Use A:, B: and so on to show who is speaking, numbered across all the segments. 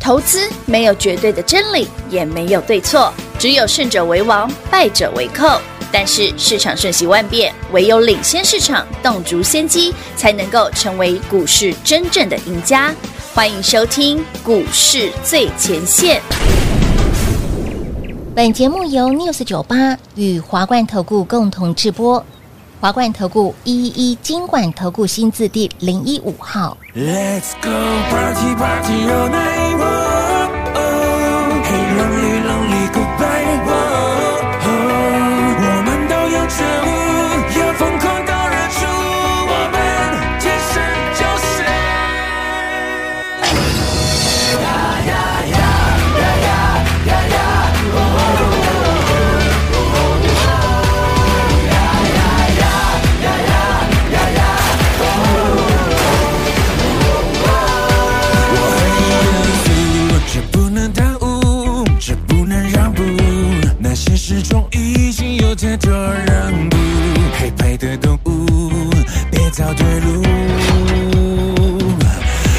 A: 投资没有绝对的真理，也没有对错，只有胜者为王，败者为寇。但是市场瞬息万变，唯有领先市场，洞烛先机，才能够成为股市真正的赢家。欢迎收听《股市最前线》。
B: 本节目由 News 九八与华冠投顾共同制播，华冠投顾一一一金管投顾新字第零一五号。
C: Let's go party party all night long. Oh, hey lonely lonely goodbye. Oh, oh, 我们都有觉悟，要疯狂地热出我们天生就是。这不能耽误，这不能让步，那现实中已经有太多让步。黑白的动物，别找对路。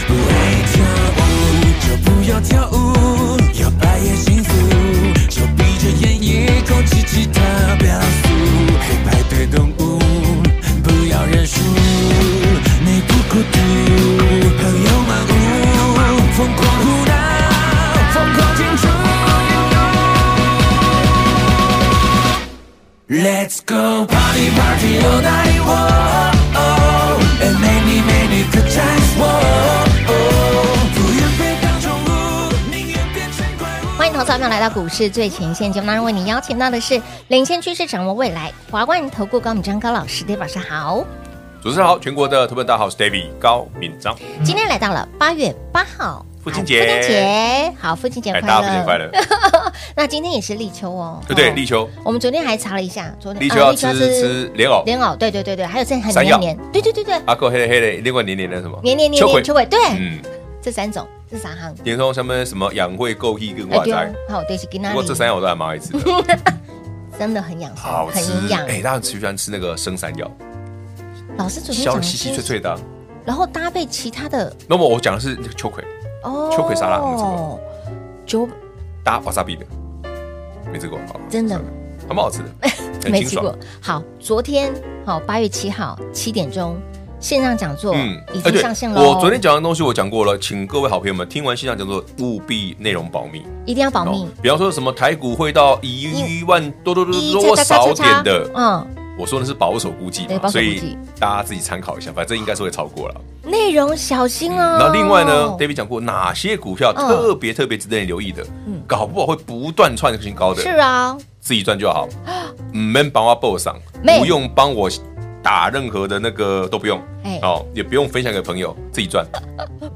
C: 不会跳舞就不要跳舞，摇摆也幸福，就闭着眼也控制其他表述。黑白的动物，不要认输，你不孤独，朋友漫舞，疯狂胡闹，疯狂庆祝。Let's go party party all night, whoa, oh, and many many good times, whoa, oh, 不愿被当宠物，宁愿变成怪物。
B: 欢迎投资者朋友们来到股市最前线节目当中，为你邀请到的是领先趋势、掌握未来华冠投顾高敏章高老师，大家晚上好。
D: 主持人好，全国的投资人大家好，我是 David 高敏章。
B: 今天来到了八月八号，
D: 嗯父亲节哎
B: 好父亲节好，父亲节快乐，
D: 大家父亲 快乐，呃
B: 那今天也是立秋哦，
D: 对不对？
B: 哦
D: 立。秋，
B: 我们昨天还查了一下，昨天
D: 立秋
B: 啊
D: 要吃吃莲藕，
B: 莲藕，对对对对，还有在很
D: 山
B: 黏
D: 药
B: 黏，对对对对，
D: 阿扣黑的黑的，另外年年的什么？
B: 黏黏黏
D: 秋葵
B: 黏秋葵，对，
D: 嗯，
B: 这三种这三行。
D: 年中什么什么养会够气跟
B: 哎
D: 挂
B: 对哦
D: 仔，
B: 好，对，是给那
D: 不过这三
B: 里
D: 样我都还蛮爱吃的，
B: 真的很养生，
D: 好
B: 很
D: 吃
B: 营养。
D: 哎，大家喜欢吃那个生山药，
B: 老师昨天
D: 削
B: 讲
D: 的
B: 的
D: 稀稀脆
B: 是，
D: 脆的啊。
B: 然后搭配其他的
D: 那么我讲的是那个秋葵，
B: 哦，
D: 秋葵沙拉你们吃过
B: 九
D: 搭瓦萨比的，没吃过，好
B: 真的
D: 算了还蛮好吃的，很
B: 没
D: 清
B: 吃
D: 爽
B: 过。。好，昨天好，八月七号七点钟线上讲座已
D: 哎
B: 经
D: 对
B: 上线了。
D: 我昨天讲的东西我讲过了，请各位好朋友们听完现场讲座务必内容保密。
B: 一定要保
D: 哦
B: 密，，
D: 比方说什么台股会到一万多多多多
B: 叉叉
D: 少
B: 叉叉
D: 点的，
B: 嗯，
D: 我说的是保守估计
B: 对保
D: 嘛，
B: 守
D: 所
B: 估计哦
D: 以大家自己参考一下，反正应该是会超过了。
B: 内容小心哦。
D: 嗯那另外呢，David 讲过哪些股票
B: 嗯
D: 特别特别值得你留意的，搞不好会不断创新高的
B: 是，啊，
D: 自己赚就 好，你们帮我报上，
B: 没
D: 不用帮我打任何的那个都不用
B: 哎，
D: 哦，也不用分享给朋友，自己赚。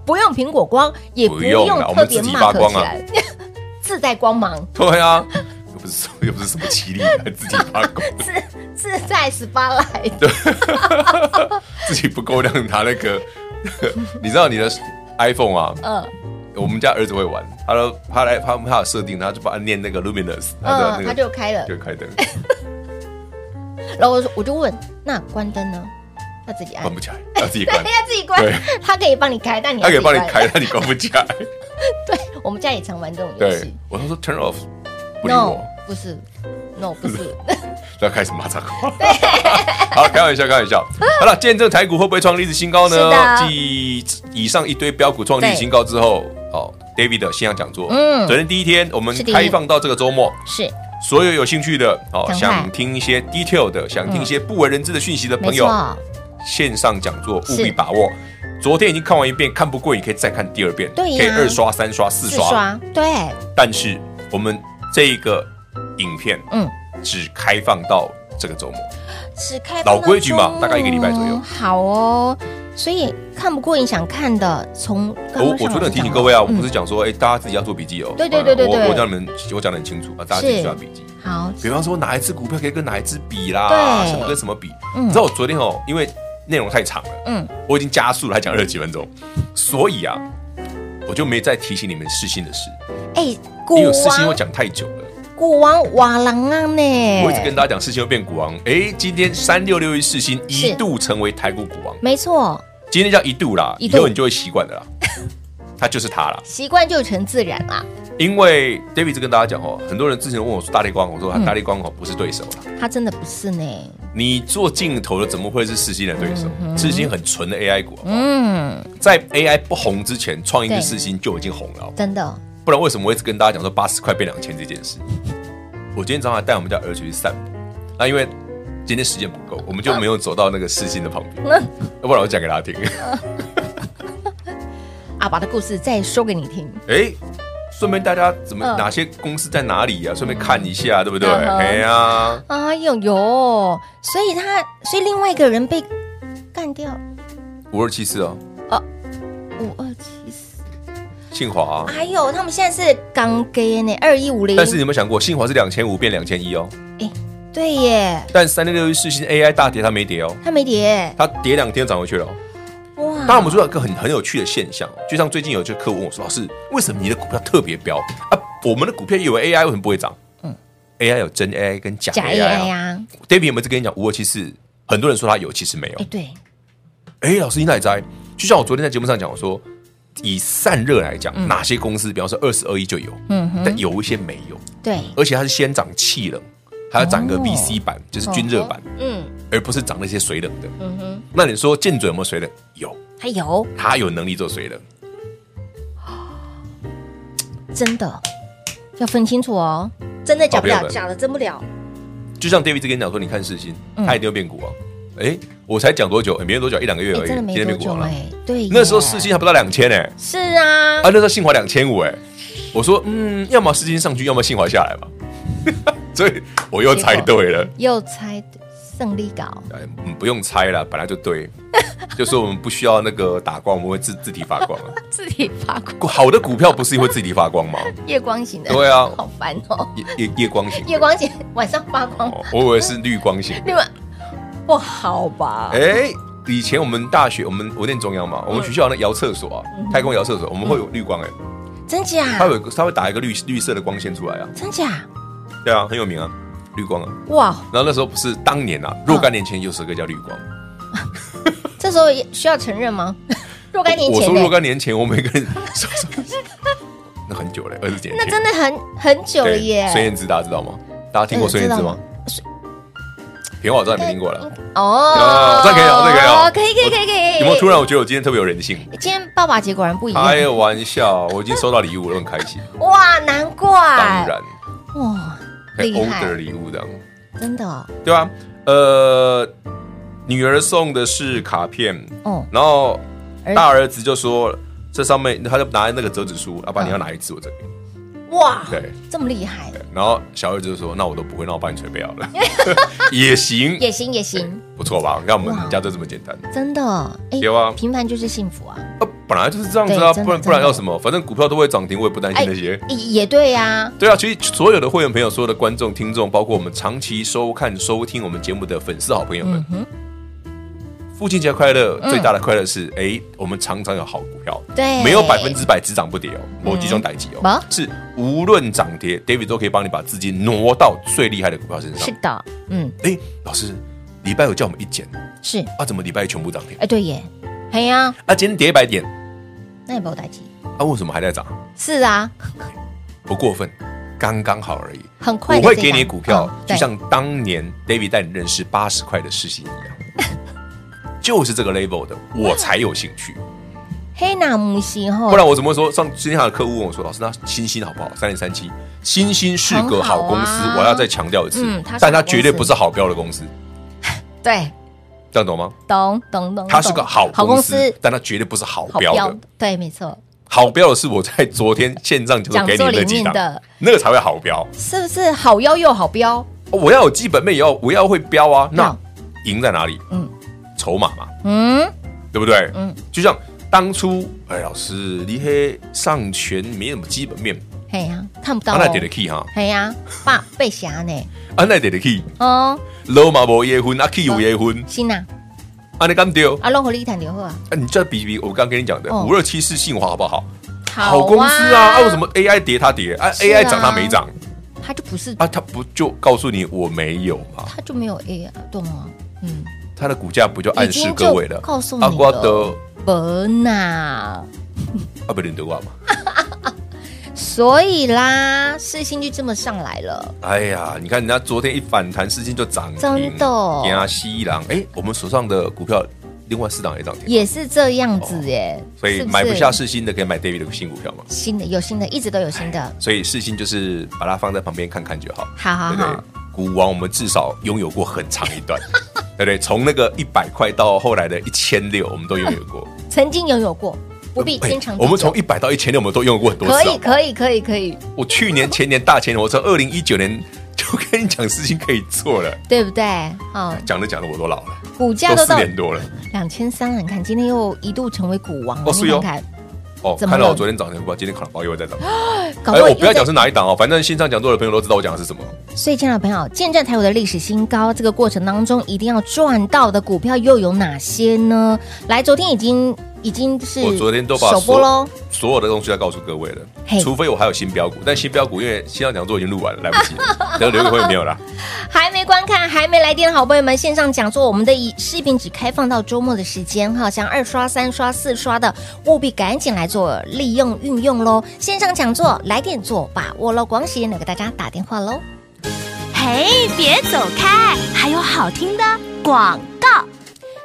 B: 不用苹果光，也不
D: 不用
B: 用
D: 啦我
B: 特
D: 们
B: 别
D: 自己发
B: mark
D: 光
B: 起
D: 啊
B: 来， 自带光芒，
D: 对啊，又不是又不是什么奇力，自己发 光，
B: 自带 spotlight。
D: 自己不够量拿那个， 你知道你的 iPhone 啊，
B: 嗯，
D: 我们家儿子会玩，他都他来他他有设定，他就把它念那个 luminous，他的
B: 嗯，
D: 那
B: 它
D: 个
B: 就开了。
D: 就开灯，
B: 然后我说我就问，那关灯呢？要自己按
D: 关，不起来，他自己
B: 对，
D: 关，
B: 要自己关
D: 对。
B: 它可以帮你开，但你要
D: 他可以帮你
B: 自己关。
D: 开，但你关不起 来。
B: 我们家也常玩这种游
D: 对
B: 戏。，
D: 我都说 turn off，不理
B: No，
D: 我，
B: 不是，No，不是。
D: 要开始骂脏 话。好，开玩笑，开玩笑。好了，见证台股会不会创历史新高
B: 是
D: 呢？
B: 的
D: 继以上一堆标股创历史新高之后，哦，David 的线上讲座，
B: 嗯
D: 昨天第一天我们
B: 是第一
D: 开放到这个周末，
B: 是，
D: 所有有兴趣的哦，
B: 赶快
D: 想听一些 detail 的，想听一些不为人知的讯息的
B: 嗯没
D: 朋友，
B: 错，
D: 线上讲座务
B: 是
D: 必把握。昨天已经看完一遍，看不过瘾可以再看第二遍，
B: 对呀
D: 可以二刷、三刷、四
B: 自
D: 刷。
B: 刷，对，
D: 但是我们这个影片
B: 嗯，
D: 只开放到这个周末，
B: 只开
D: 老规矩嘛
B: 放到周末
D: 大概一个礼拜左右
B: 好哦，所以看不过瘾想看的，从刚刚
D: 我我
B: 上
D: 昨天
B: 老
D: 有
B: 师
D: 提醒
B: 讲
D: 各位啊，
B: 了
D: 我不
B: 嗯
D: 是讲说，哎，大家自己要做笔记哦。
B: 对对对对
D: 我
B: 对
D: 我让你们我讲的很清楚啊，大家自己需要笔记。
B: 好，
D: 比方说哪一只股票可以跟哪一只比啦，
B: 对
D: 什么跟什么比。
B: 嗯
D: 你知道我昨天哦，因为内容太长了，
B: 嗯，
D: 我已经加速了，还讲二十几分钟，所以啊，我就没再提醒你们事情的事，
B: 哎，
D: 因
B: 古
D: 为有事情我
B: 王，
D: 讲太久了，
B: 古王瓦郎啊呢，
D: 我一直跟大家讲事情会变股王。哎，今天三六六一事情
B: 是
D: 一度成为台股股王，
B: 没错，
D: 今天叫一度啦，
B: 嗯一
D: 以
B: 度
D: 后你就会习惯的啦。它就是它了。
B: 习惯就成自然啦。
D: 因为 David 跟大家讲哦，很多人之前问我说大力光，我说
B: 嗯
D: 大力光哦不是对手了。
B: 它真的不是呢，
D: 你做镜头的怎么会是世新的对手？世新很纯的 AI 股，
B: 嗯，
D: 在 AI 不红之前，创意
B: 对
D: 的世新就已经红了，
B: 真的
D: 不然为什么我一直跟大家讲说八十块变两千这件事？我今天早上还带我们家儿子去散步，那因为今天时间不够，我们就没有走到那个世新的旁边，
B: 嗯
D: 要不然我讲给 大家听。
B: 阿爸的故事再说给你听。
D: 哎，顺便大家怎么
B: 嗯
D: 哪些公司在哪里呀、啊顺便看一下，对不对？
B: 嗯哼
D: 哎呀，
B: 哎呦呦，所以他，所以另外一个人被干掉，
D: 五二七四哦，
B: 五二七四。
D: 信华、啊。
B: 哎呦，他们现在是刚 gay 呢，二一五零。
D: 但是你有没有想过，信华是两千五变两千一哦，
B: 对耶，
D: 但三六六一世新 AI 大跌，它没跌哦，
B: 他没跌，
D: 它跌两天涨回去了哦、
B: 哇！
D: 当然，我们说到一个很很有趣的现象，哦就像最近有一个客户问我说：“老师，为什么你的股票特别飙啊？我们的股票也有 AI，为什么不会涨？”嗯，AI 有真 AI 跟假
B: 假
D: AI 啊
B: AI。呀，
D: David 有没有跟你讲五二七四？很多人说它有，其实没有
B: 哎。对，
D: 哎，老师你哪里摘？就像我昨天在节目上讲，我说以散热来讲，哪些公司，比方说二十二亿就有，
B: 嗯哼，
D: 但有一些没有，
B: 对，
D: 而且它是先涨气冷，还要涨一个
B: 哦
D: VC 版，就是均热版，
B: 嗯
D: 而不是涨那些水冷的。
B: 嗯哼，
D: 那你说建准有没有水冷？有，
B: 还有
D: 它有能力做水冷。
B: 真的要分清楚哦，真的假不
D: 好朋友
B: 了，
D: 们
B: 假的真不了，
D: 就像 David 之前跟你讲说，你看世新，
B: 嗯
D: 它一定会变股王。哎，我才讲多久？哎没有多久，一两个月
B: 哎
D: 而已，
B: 真的
D: 今
B: 没
D: 天
B: 多
D: 变股
B: 久
D: 王了。
B: 哎，对耶，
D: 那时候世新还不到两千呢，啊，
B: 是啊，
D: 那时候信华两千五哎。我说，嗯，要么世新上去，要么信华下来嘛。 所以我又猜对了。
B: 又猜胜利稿，
D: 哎，嗯不用猜了，本来就 对。就说我们不需要那个打光，我们会自自体发光。
B: 自己发光，
D: 好的股票不是会自体发光吗？
B: 夜光型的，
D: 对啊
B: 好烦哦，
D: 夜夜夜光型，
B: 夜光型晚上发光，
D: 哦，我以为是绿光型。
B: 另外不好吧？
D: 哎，以前我们大学，我们我念中央
B: 嗯
D: 嘛，我们学校那摇厕所啊，太空摇厕所，我们会有绿光哎、
B: 嗯真假
D: 它？有一个它会打一个绿绿色的光线出来啊，
B: 真假？
D: 对啊，很有名啊，绿光啊。
B: 哇，
D: 然后那时候不是当年
B: 嗯
D: 啊，若干年前有首歌叫绿光，
B: 这时候也需要承认吗？ 若干年
D: 我我
B: 前
D: 说若
B: 呢？
D: 干年前，我每个 人 那很久了，二十几年
B: 那
D: 前，
B: 真的很很久了
D: 对
B: 耶。嗯
D: 孙燕姿大家知道吗？大家听过孙燕姿吗？平我好像也没听过了，
B: 哦
D: 哦，这可以哦这可以哦
B: 可以可以可以可以。
D: 有没有突然我觉得我今天特别有人性？
B: 今天爸爸节果然不一样，
D: 开玩笑，我已经收到礼物了，我很开 心。
B: 哇，难怪，
D: 当然，
B: 哇，
D: 还有
B: 厉
D: order
B: 害，
D: 礼物这样。
B: 真的哦，
D: 对吧、呃，女儿送的是卡片，
B: 哦哎
D: 然后
B: 儿
D: 大儿子就说这上面他就拿那个折纸书，啊阿爸你要哪一支我这 边。
B: 哇，
D: 对，
B: 这么厉害，
D: 然后小儿子就说那我都不会，那我帮你捶背好 了，也行，
B: 也行也行，
D: 不错吧？你看我
B: 哇
D: 们家就这么简单，
B: 真的哦，哎
D: 有啊
B: 平凡就是幸福啊，
D: 啊，本来就是这样子
B: 对
D: 啊，
B: 真的
D: 不
B: 真的哎
D: 然不然要什么？反正股票都会涨停，我也不担心那些。
B: 也也对呀，
D: 对啊，其实所有的会员朋友、所有的观众、听众，包括我们长期收看、收听我们节目的粉丝好朋友们
B: 嗯，哼，
D: 父亲节快乐！最大的快乐是，哎、我们常常有好股票，
B: 嗯对嗯
D: 没有百分之百只涨不跌哦，我集中逮几
B: 没
D: 哦，是无论涨跌，David 都可以帮你把资金挪到最厉害的股票身上
B: 是。的，嗯，
D: 哎、老师，礼拜有叫我们一减
B: 是，
D: 啊，怎么礼拜一全部涨停？
B: 哎对耶，哎呀，
D: 啊，今天跌一百点
B: 那也不打击，
D: 啊，为什么还在涨？
B: 是啊，
D: 不过分，刚刚好而已。
B: 很快
D: 我
B: 的
D: 会
B: 这
D: 给你
B: 样
D: 股票，
B: 嗯
D: 就
B: 对
D: 像当年 David 带你认识八十块的世新 一样，就是这个 level 的，我才有兴趣。
B: 嗯黑拿姆西吼，
D: 不然我怎么会说？上今天还有客户问我说：“老师，那星星好不好？三零三七，星星是个好公司，
B: 很好啊
D: 我要再强调一次，
B: 嗯它是
D: 但它
B: 好公司
D: 绝对不是好标的公司，
B: 对，
D: 这样懂吗？
B: 懂懂懂，
D: 它是个
B: 嗯懂
D: 好
B: 好
D: 公司，但它绝对不是好
B: 好
D: 标的。
B: 对，没错，
D: 好标的是我在昨天线上就是
B: 讲
D: 给你
B: 座
D: 那
B: 里
D: 几
B: 面
D: 档，
B: 的
D: 那个才会好标。
B: 是不是好妖又好标？
D: 哦我要有基本面，也要我要会标啊。那
B: 要
D: 赢在哪里？
B: 嗯
D: 嗯，筹码嘛，
B: 嗯，
D: 对不对？
B: 嗯
D: 嗯，就像当初，哎，老师，你黑上权没什么基本面，啊
B: 嘿呀，看不到
D: 安
B: 哦
D: 奈，点的 key 哈，啊
B: 嘿呀，爸被侠呢，
D: 安奈点的 key。
B: 哦，
D: low 嘛无夜婚，啊 key 有夜婚，
B: 新呐，
D: 安尼敢丢？
B: 啊，弄回你谈就好啊，
D: 啊，你这比比，我刚跟你讲的
B: 哦
D: 五二七四信华好不好？
B: 好
D: 公司啊，啊为什么 AI 跌它跌，啊
B: 是啊
D: AI 涨它没涨，
B: 他就不是，
D: 啊它不就告诉你我没有嘛？
B: 他就没有 A 啊，懂吗？嗯，
D: 它的股价不就暗
B: 已
D: 示
B: 经就
D: 啊各位了？
B: 告诉你
D: 啊，我
B: 了
D: 的
B: 伯纳，
D: 啊，不是德瓦嘛？
B: 所以啦，市心就这么上来了。
D: 哎呀，你看人家昨天一反弹，事情就涨停，
B: 真的哦
D: 给他西一郎，哎，我们手上的股票另外四档也涨停，
B: 也是这样子耶，
D: 哦所以
B: 是是
D: 买不下世新的可以买 David 的新股票嘛。
B: 新的，有新的，一直都有新的。
D: 所以世新就是把它放在旁边看看就好，
B: 好好
D: 对不对
B: 好，？
D: 股王我们至少拥有过很长一段， 对不对？从那个一百块到后来的一千六，我们都拥有过。
B: 曾经拥有过， 不必
D: 哎
B: 经常记得。
D: 我们从一百到一千六，我们都用过很多
B: 可
D: 次。好
B: 以
D: 不好
B: 可以可以可以，
D: 我去年、前年、大前年，我从二零一九年就跟你讲事情可以做了，
B: 对不对？哦，
D: 讲着讲着我都老了，
B: 股价
D: 都
B: 都
D: 四
B: 到
D: 年多了。
B: 两千三了，你看今天又一度成为股王，
D: 哦
B: 你
D: 是哟
B: 看看，
D: 哦，
B: 怎么
D: 看到
B: 了啊
D: 我昨天涨停股票，今天可能哦包又会再涨。
B: 搞
D: 哎，
B: 好
D: 我
B: 又
D: 不要
B: 在
D: 讲是哪一档哦，反正线上讲座的朋友都知道我讲的是什么。
B: 所以，亲爱的朋友，见证台股的历史新高，这个过程当中一定要赚到的股票又有哪些呢？来，昨天已经已经是
D: 我昨天都把
B: 首播喽，
D: 所有的东西要告诉各位了
B: 嘿，
D: 除非我还有新标股，但新标股因为线上讲座已经录完了，来不及 了，等留一会没有啦。
B: 还没观看、还没来电的好朋友们，线上讲座我们的以视频只开放到周末的时间哈，想二刷、三刷、四刷的，务必赶紧来做利用运用喽！线上讲座来点做把握喽，广喜也给大家打电话喽。
E: 嘿，别走开，还有好听的广告。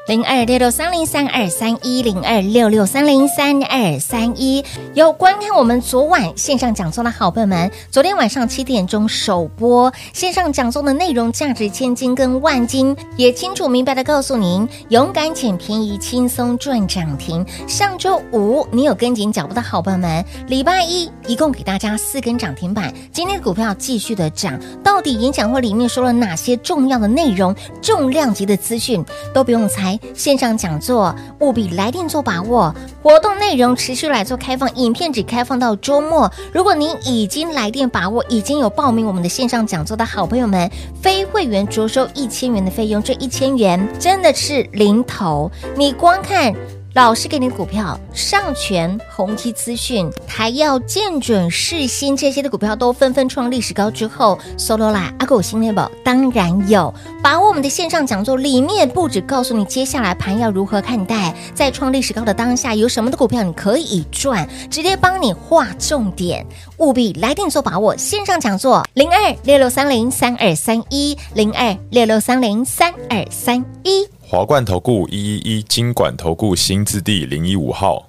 B: 零二六六三零三二三一零二六六三零三二三一。有观看我们昨晚线上讲座的好朋友们，昨天晚上七点钟首播线上讲座的内容价值千金跟万金，也清楚明白的告诉您，勇敢捡便宜，轻松赚涨停。上周五你有跟紧脚步的好朋友们，礼拜一一共给大家四根涨停板，今天的股票继续的涨，到底演讲会里面说了哪些重要的内容、重量级的资讯都不用猜，线上讲座务必来电做把握。活动内容持续来做开放，影片只开放到周末。如果您已经来电把握，已经有报名我们的线上讲座的好朋友们，非会员着收一千元的费用，这一千元真的是零头，你光看。老师给你的股票，上权、宏基资讯、台药、建准、世新这些的股票都纷纷创历史高之后，Solola、阿狗新 label 当然有。把握我们的线上讲座，里面不止告诉你接下来盘要如何看待，在创历史高的当下，有什么的股票你可以赚，直接帮你划重点，务必来电做把握。线上讲座零二六六三零三二三一零二六六三零三二三一。
F: 华冠投顾一一一金管投顾新字第零一五号，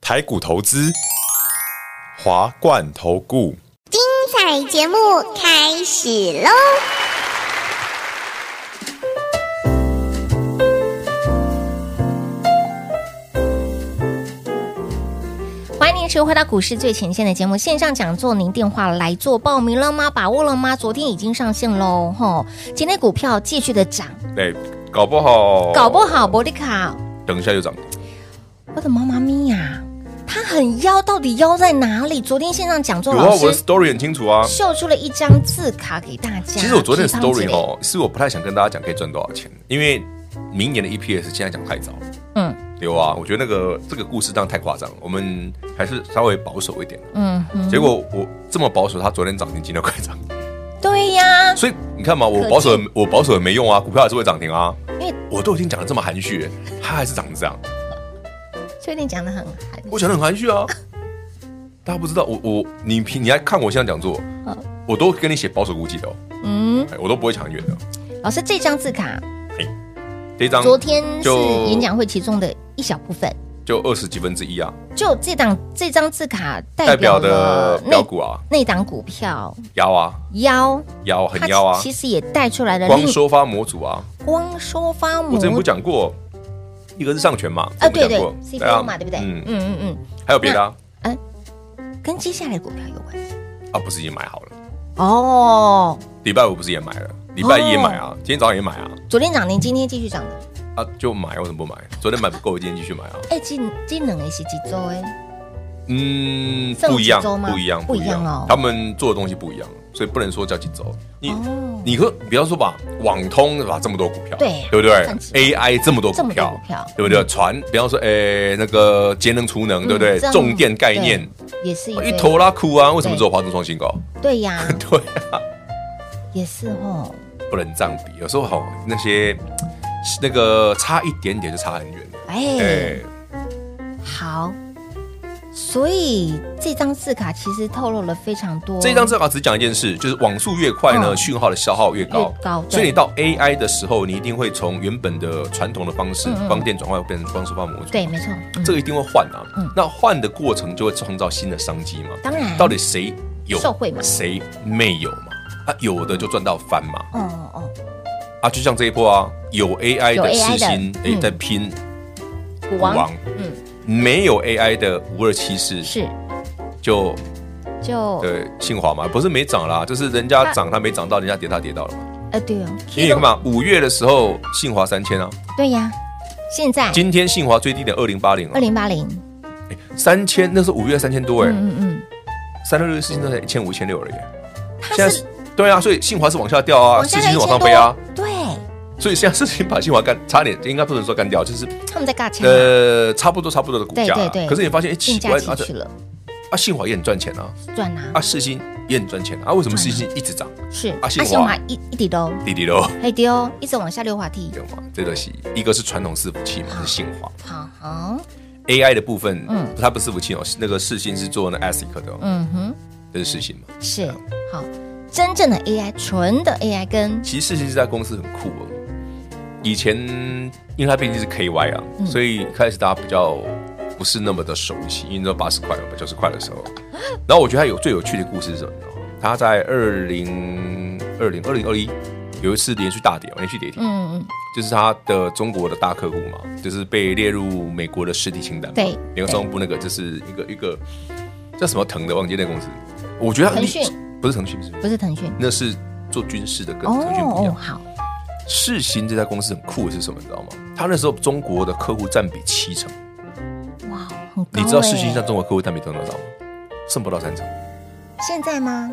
F: 台股投资，华冠投顾。
G: 彩节目开始喽！
B: 欢迎您持续回到股市最前线的节目，线上讲座您电话来做报名了吗？把握了吗？昨天已经上线喽，吼！今天股票继续的涨，
D: 对，哎搞不好，
B: 搞不好伯利卡，
D: 等一下就涨。
B: 我的妈妈咪呀、它很妖，到底妖在哪里？昨天线上讲座
D: 有
B: 老
D: 啊，我的
B: 师
D: story 很清楚啊。
B: 秀出了一张字卡给大家。
D: 其实我昨天的
B: 提纲之
D: story
B: 类，
D: 哦，是我不太想跟大家讲可以赚多少钱，因为明年的 EPS 现在讲太早了。
B: 嗯
D: 对啊，我觉得那个这个故事这样太夸张了，我们还是稍微保守一点。啊
B: 嗯嗯，
D: 结果我这么保守，它昨天涨停，今天快涨，
B: 对呀、
D: 所以你看嘛，我
B: 可
D: 保守我保守也没用啊，股票还是会涨停啊。
B: 因为
D: 我都已经讲的这么含蓄了，它还是涨这样，
B: 所以你讲的很含
D: 我讲的很含蓄啊。大家不知道，我我你平你来看我现在讲座，我都跟你写保守估计的、哦，
B: 嗯，
D: 哎我都不会抢很远的。
B: 老师这张字卡
D: 这一张
B: 昨天是
D: 就
B: 演讲会其中的一小部分。
D: 就二十几分之一啊，
B: 就这档这张字卡代
D: 代
B: 表
D: 表的
B: 了
D: 标股啊，
B: 那档股票
D: 腰啊
B: 妖，
D: 腰啊很腰啊
B: 它，其实也带出来了
D: 光
B: 另
D: 收发模组啊，
B: 光说发
D: 我
B: 模
D: 之前不讲过，一个是上权嘛，
B: 嗯啊，
D: 我
B: 对对
D: 们讲过
B: ，CPU 嘛，对不对？嗯
D: 嗯，
B: 嗯嗯
D: 还有别的啊，
B: 嗯，跟接下来的股票有关系
D: 啊不是已经买好了，
B: 哦。
D: 礼拜五不是也买了，礼拜一也买啊，今天早上也买啊，
B: 昨天涨停，今天继续涨的，
D: 啊就买，为什么不买？昨天买不够，今天继续买啊，
B: 哎，这这两个是几周哎？
D: 嗯，
B: 上
D: 不一样，
B: 几周吗
D: 不一样，
B: 不一样哦
D: 他们做的东西不一样，所以不能说叫几周。你
B: 哦
D: 你可比方说吧，网通吧这么多股票，
B: 对
D: 对不
B: 算起
D: 对？AI 这么多
B: 这
D: 股
B: 么多
D: 票
B: 股，票嗯
D: 对不对？船，比方说，诶，那个节能储能，对不对
B: 这？样
D: 重电概念，
B: 嗯
D: 哦
B: 对也是
D: 一
B: 堆
D: 头拉哭啊！为什么
B: 对
D: 只有华东创新高？
B: 对呀，
D: 对啊，
B: 也是哦。
D: 不能这样比。有时候好那些那个差一点点就差很远。
B: 哎，
D: 哎，
B: 好，所以这张字卡其实透露了非常多。
D: 这一张字卡只讲一件事，就是网速越快
B: 哦
D: 呢，
B: 嗯
D: 讯号的消耗越高。
B: 越高对
D: 所以你到 AI 的时候，你一定会从原本的传统的方式
B: 嗯嗯
D: 光电转换变成光收发模组。
B: 对，没错，嗯
D: 这个一定会换啊
B: 嗯。
D: 那换的过程就会创造新的商机嘛。
B: 当然
D: 到底谁有
B: 受惠嘛
D: 谁没有嘛？啊，有的就赚到翻嘛。
B: 哦哦，
D: 啊，就像这一波啊，有 AI
B: 有
D: 的
B: AI
D: 世
B: 的
D: 新诶
B: 嗯
D: 在拼
B: 股
D: 股
B: 王
D: 王，
B: 嗯，
D: 没有 AI 的五二七四
B: 是
D: 就
B: 就
D: 对信华嘛，不是没涨啦，就是人家
B: 它
D: 涨它没涨到，人家跌它跌到了嘛。
B: 呃对哦，
D: 因为你看嘛，五月的时候信华三千啊，
B: 对呀，现在
D: 今天信华最低点二零八零
B: 二
D: 啊，
B: 零八零，
D: 三千那时候五月三千多哎、
B: 嗯嗯嗯，
D: 三六六四星都才一千五、一千六而已。
B: 它
D: 现在
B: 是
D: 是对啊，所以信华是往下掉啊，
B: 往
D: 世
B: 下
D: 新
B: 来
D: 是
B: 一
D: 往
B: 千
D: 上
B: 多
D: 飞啊，，
B: 对，
D: 所以现在世新把信华干，差点应该不能说干掉，就是
B: 他们在尬抢，
D: 呃差不多差不多的股价啊。
B: 啊对对对
D: 可是你发现哎奇
B: 竞
D: 怪
B: 价
D: 啊
B: 起去
D: 这
B: 了，
D: 啊信华也很赚钱啊，
B: 赚啊
D: 啊世新也很赚钱啊，啊为什么世新一直涨？
B: 是
D: 啊信华
B: 信华一一滴都
D: 滴滴喽，
B: 还丢，一直往下溜滑梯，
D: 对吗？这个是一个是传统伺服器嘛，是信华
B: 好好，
D: AI 的部分，
B: 嗯
D: 它不是伺服器哦，是那个世新是做那 ASIC 的哦，
B: 嗯哼，
D: 这是世新嘛。
B: 是好，真正的 AI，纯的 AI 跟
D: 其实世新这家公司很酷哦，以前因为它毕竟是 KY 啊，
B: 嗯
D: 所以一开始大家比较不是那么的熟悉，因为那八十块嘛，九十块的时候。然后我觉得它有最有趣的故事是什么？你知道吗？它在二零二零二零二一有一次连续大跌，哦连续跌停，
B: 嗯嗯
D: 就是它的中国的大客户嘛，就是被列入美国的实体清单嘛。
B: 对
D: 联合商务部那个就是一个一个叫什么腾的，忘记那个公司。我觉得它
B: 腾讯
D: 不是腾讯，不是
B: 不是腾讯，
D: 那是做军事的，跟
B: 哦
D: 腾讯不一
B: 哦
D: 样。
B: 好，
D: 世新这家公司很酷的是什么，你知道吗？它那时候中国的客户占比七成，
B: 哦哇，很高
D: 你知道
B: 欸
D: 世新占中国客户占比多少吗？剩不到三成。
B: 现在吗？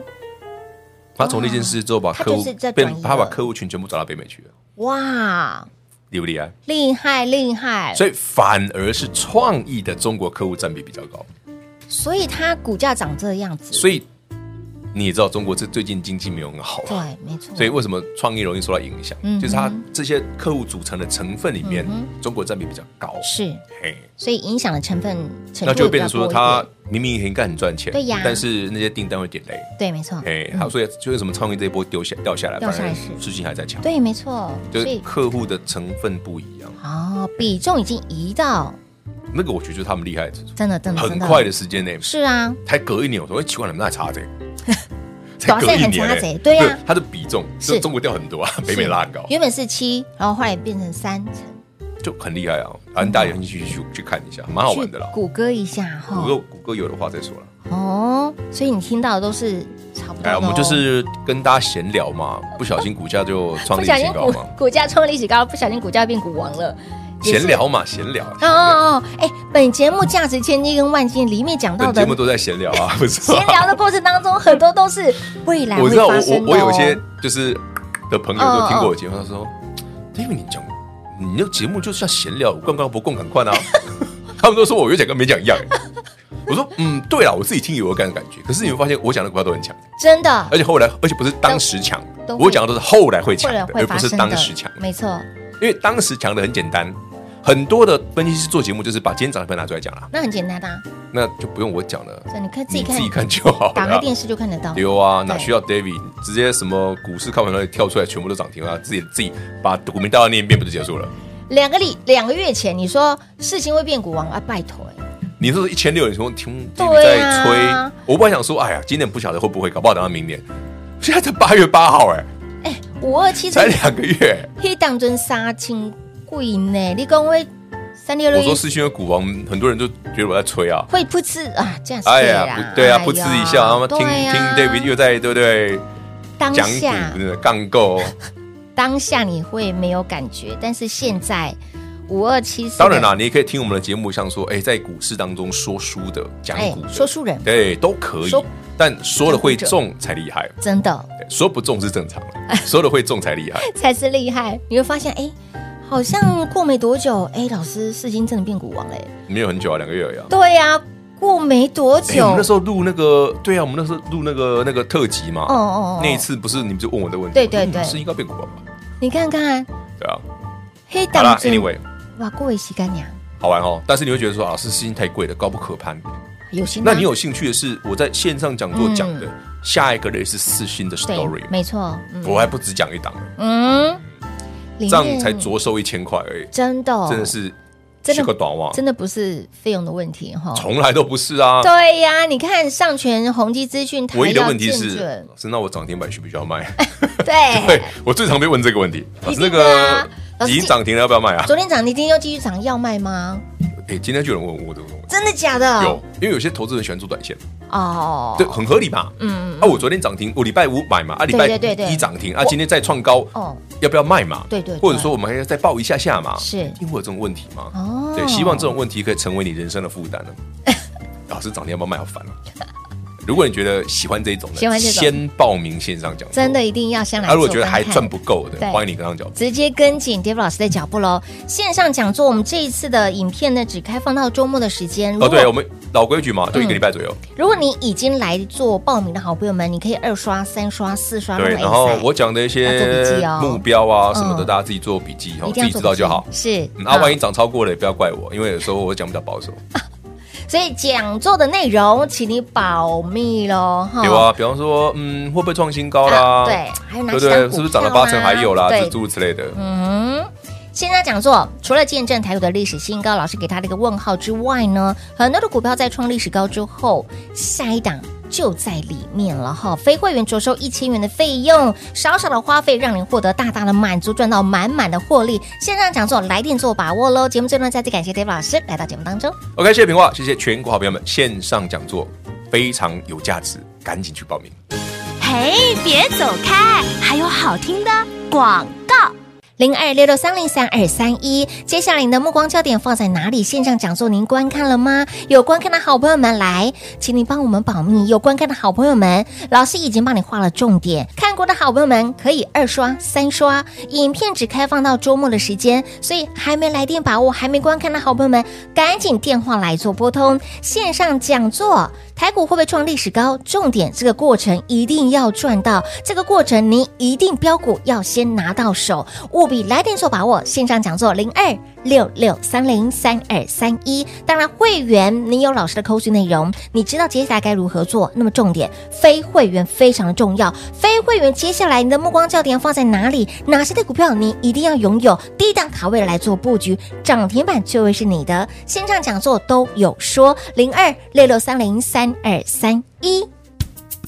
D: 他从那件事之后，把
B: 它
D: 客
B: 哦
D: 户
B: 就是在转移
D: 变，
B: 了
D: 他把客户群全部转到北美去了，
B: 哇，
D: 厉不厉害？
B: 厉害厉害！
D: 所以反而是创意的中国客户占比比较高。
B: 所以它股价长这样子，
D: 所以你也知道，中国这最近经济没有很好啊。
B: 对，没错。
D: 所以为什么创意容易受到影响？
B: 嗯哼
D: 就是它这些客户组成的成分里面，
B: 嗯
D: 中国占比比较高，
B: 是，
D: 嘿，
B: 所以影响的成分程
D: 那
B: 度
D: 就
B: 会比
D: 变
B: 较
D: 成说
B: 多一
D: 它
B: 点。
D: 明明应该很赚钱，
B: 对呀嗯
D: 但是那些订单会点累，
B: 对，没错。
D: 嘿，好，所以就是什么创意这一波丢下掉下来，
B: 掉
D: 反
B: 下来
D: 而
B: 是
D: 事情还在强，
B: 对，没错。
D: 就
B: 所
D: 是
B: 以
D: 客户的成分不一样，
B: 哦，比重已经移到
D: 那个我觉得就是他们厉害之处，
B: 真的，真的，
D: 很
B: 真
D: 快的。时间内，
B: 是啊，
D: 才隔一年，我说哎奇怪，你们那还 差这。才
B: 短
D: 隔
B: 暂
D: 一
B: 很
D: 年
B: 差
D: 欸，
B: 这对呀
D: 它的比重就是中国掉很多啊，北美
B: 是
D: 拉很高。
B: 原本是七，然后后来变成三层，
D: 就很厉害啊！反正大家有兴趣去去看一下，蛮好玩的啦。
B: 谷歌一下
D: 谷
B: 哈。
D: 歌谷歌有的话再说了。
B: 哦，所以你听到的都是差不多的
D: 哎，
B: 哦。
D: 我们就是跟大家闲聊嘛，不小心股价就创
B: 不
D: 历
B: 小
D: 史
B: 心
D: 新高
B: 股
D: 嘛，
B: 股价创历史高，不小心股价变股王了。也是
D: 闲聊嘛，闲聊。
B: 哦哦哦，哎，本节目价值千金跟万金里面讲到
D: 本
B: 的
D: 节目都在闲聊 啊，不是吗
B: 闲聊的过程当中，很多都是未来
D: 我
B: 会
D: 知道，我
B: 发
D: 我
B: 生的、哦。嗯
D: 我有一些就是的朋友都听过我节目，他说，因为你讲你那个节目就像闲聊，共感不共感 快啊， 他们都说我有讲跟没讲一样。欸我说，嗯，对了，我自己听有我感的感觉，可是你会发现我讲的股票都很强。
B: 真的
D: 而且后来，而且不是当时强
B: 都，会
D: 我讲的都是后来会强
B: 会
D: 的
B: 了，会
D: 而不
B: 发
D: 是
B: 生的，
D: 当时强的。
B: 没错。
D: 因为当时强的很简单，很多的分析师做节目就是把今天涨的票拿出来讲啦，
B: 那很简单啊，
D: 那就不用我讲了，
B: 所以你看自
D: 你
B: 己
D: 自
B: 看，
D: 己看就好
B: 打开
D: 了。
B: 电视就看得到。
D: 丢啊，
B: 对
D: 哪需要 David 直接什么股市看完了跳出来，全部都涨停啊，自己自己把股民大道念一遍不就结束了？
B: 两个礼两个月前，你说事情会变股王啊，拜托哎、
D: 你说一千六，你从听
B: 对
D: David 在
B: 啊
D: 吹，我本来想说，哎呀，今年不晓得会不会，搞不好等到明年。现在才八月八号、哎，
B: 五二七
D: 才两个月。
B: 黑当中杀青贵呢，你讲会三六六
D: 我说
B: 一
D: 是因为股王，很多人就觉得我在吹啊。
B: 会噗嗤啊，这样是
D: 哎
B: 啦
D: 呀，不对啊，
B: 哎
D: 不吃一下，他们听
B: 对
D: 听
B: 啊
D: David 又在对不对？
B: 当
D: 讲
B: 下
D: 股真的杠购，
B: 当下你会没有感觉，但是现在五二七四
D: 当然啦，你也可以听我们的节目，像说哎，在股市当中说书的、讲
B: 哎
D: 股的，
B: 说书人
D: 对哎都可以
B: 说，
D: 但说了会中才厉害，
B: 真的
D: 对说不中是正常 的，说了会中才厉害。
B: 才是厉害。你会发现，哎，好像过没多久，哎，老师世金真的变股王哎嘞。
D: 没有很久啊，两个月而已啊。
B: 对呀、过没多
D: 哎，我
B: 久，
D: 们那时候录那个，对啊，我们那时候录那个那个特辑嘛，
B: 哦哦哦
D: 那一次不是你们就问我的问题，嗯
B: 对对对
D: 是应该变股吧？
B: 你看看
D: 对啊，
B: 黑
D: 好
B: 党
D: 啦 a n y w a y
B: 哇，各位洗干娘，
D: 好玩哦。但是你会觉得说，啊，是事情太贵了，高不可攀。
B: 有心吗？
D: 那你有兴趣的是我在线上讲座讲的下一个类似四星的
B: 嗯对
D: story，，
B: 没错，嗯
D: 我还不止讲一档，
B: 嗯，里
D: 这样
B: 面
D: 才着收一千块而已，
B: 真的哦
D: 真的是
B: 真
D: 是
B: 的
D: 个短袜，
B: 真的不是费用的问题哈。
D: 从来都不是啊。
B: 对呀，你看上全宏基资讯台
D: 唯一的
B: 要
D: 问题
B: 见
D: 是
B: 准，
D: 是那我涨停板需不需要卖？
B: 对
D: 对，我最常被问这个问题，老
B: 一
D: 师
B: 定
D: 那
B: 的啊
D: 个
B: 老师
D: 已经涨停了要不要卖啊？
B: 昨天涨，你今天要继续涨，要卖吗？
D: 哎，今天就有人问我这个问题。
B: 真的假的？
D: 有，因为有些投资人喜欢做短线，
B: 哦，
D: 对，很合理嘛。
B: 嗯，
D: 啊，我昨天涨停，我礼拜五买嘛，啊，礼拜
B: 对对对对
D: 一涨停，啊，今天再创高，
B: 哦，
D: 要不要卖嘛？
B: 对对对
D: 或者说我们还要再报一下下嘛？
B: 是
D: 一定会有这种问题嘛？
B: 哦
D: 对，希望这种问题可以成为你人生的负担呢。啊 老师涨停要不要卖？好烦啊！如果你觉得喜欢这种的，
B: 喜欢这种
D: 先报名线上讲座，
B: 真的一定要先来。
D: 啊，如果觉得还赚不。够的
B: 对，
D: 欢迎你跟上脚步。
B: 直接跟紧 Dave 老师的脚步喽！线上讲座，我们这一次的影片呢，只开放到周末的时间。如果
D: 哦，对，我们老规矩嘛，就一个礼拜左右。
B: 如果你已经来做报名的好朋友们，你可以二刷、三刷、四刷，
D: 对，
B: 让它
D: 然后
B: 一起
D: 我讲的一
B: 要做笔
D: 些
B: 记哦
D: 目标啊什么
B: 嗯
D: 的，大家自己做笔记，哈
B: 一，
D: 自
B: 定要
D: 己
B: 做
D: 知道就好
B: 笔。记是
D: 嗯啊，万一
B: 好
D: 涨超过了也不要怪我，因为有时候我讲比较保守，
B: 所以讲座的内容，请你保密喽，哈
D: 有啊，比方说，嗯，会不会创新高啦？
B: 哦啊对，还有哪
D: 对不
B: 些
D: 对？
B: 股
D: 是不是
B: 票啊
D: 涨了八成还有啦？
B: 对
D: 这，诸如此类的。
B: 嗯。线上讲座除了见证台股的历史新高，老师给他的一个问号之外呢，很多的股票在创历史高之后，下一档就在里面了哈。非会员着收一千元的费用，少少的花费让您获得大大的满足，赚到满满的获利。线上讲座来电做把握喽！节目最后呢，再次感谢 Dave 老师来到节目当中。
D: OK，谢谢平话，谢谢全国好朋友们，线上讲座非常有价值，赶紧去报名。
E: 嘿，别走开，还有好听的广告。
B: 零二六六三零三二三一。接下来你的目光焦点放在哪里？线上讲座您观看了吗？有观看的好朋友们来，请你帮我们保密。有观看的好朋友们，老师已经帮你画了重点。看过的好朋友们可以二刷、三刷，影片只开放到周末的时间，所以还没来电把握、还没观看的好朋友们，赶紧电话来做拨通。线上讲座，台股会不会创历史高？重点这个过程一定要赚到，这个过程您一定标股要先拿到手，务必来电做把握。线上讲座零二六六三零三二三一，当然会员你有老师的口语内容，你知道接下来该如何做。那么重点，非会员非常的重要，非会员接下来你的目光焦点放在哪里？哪些的股票你一定要拥有？低档卡位来做布局，涨停板就会是你的。线上讲座都有说，零二六六三零三二三一。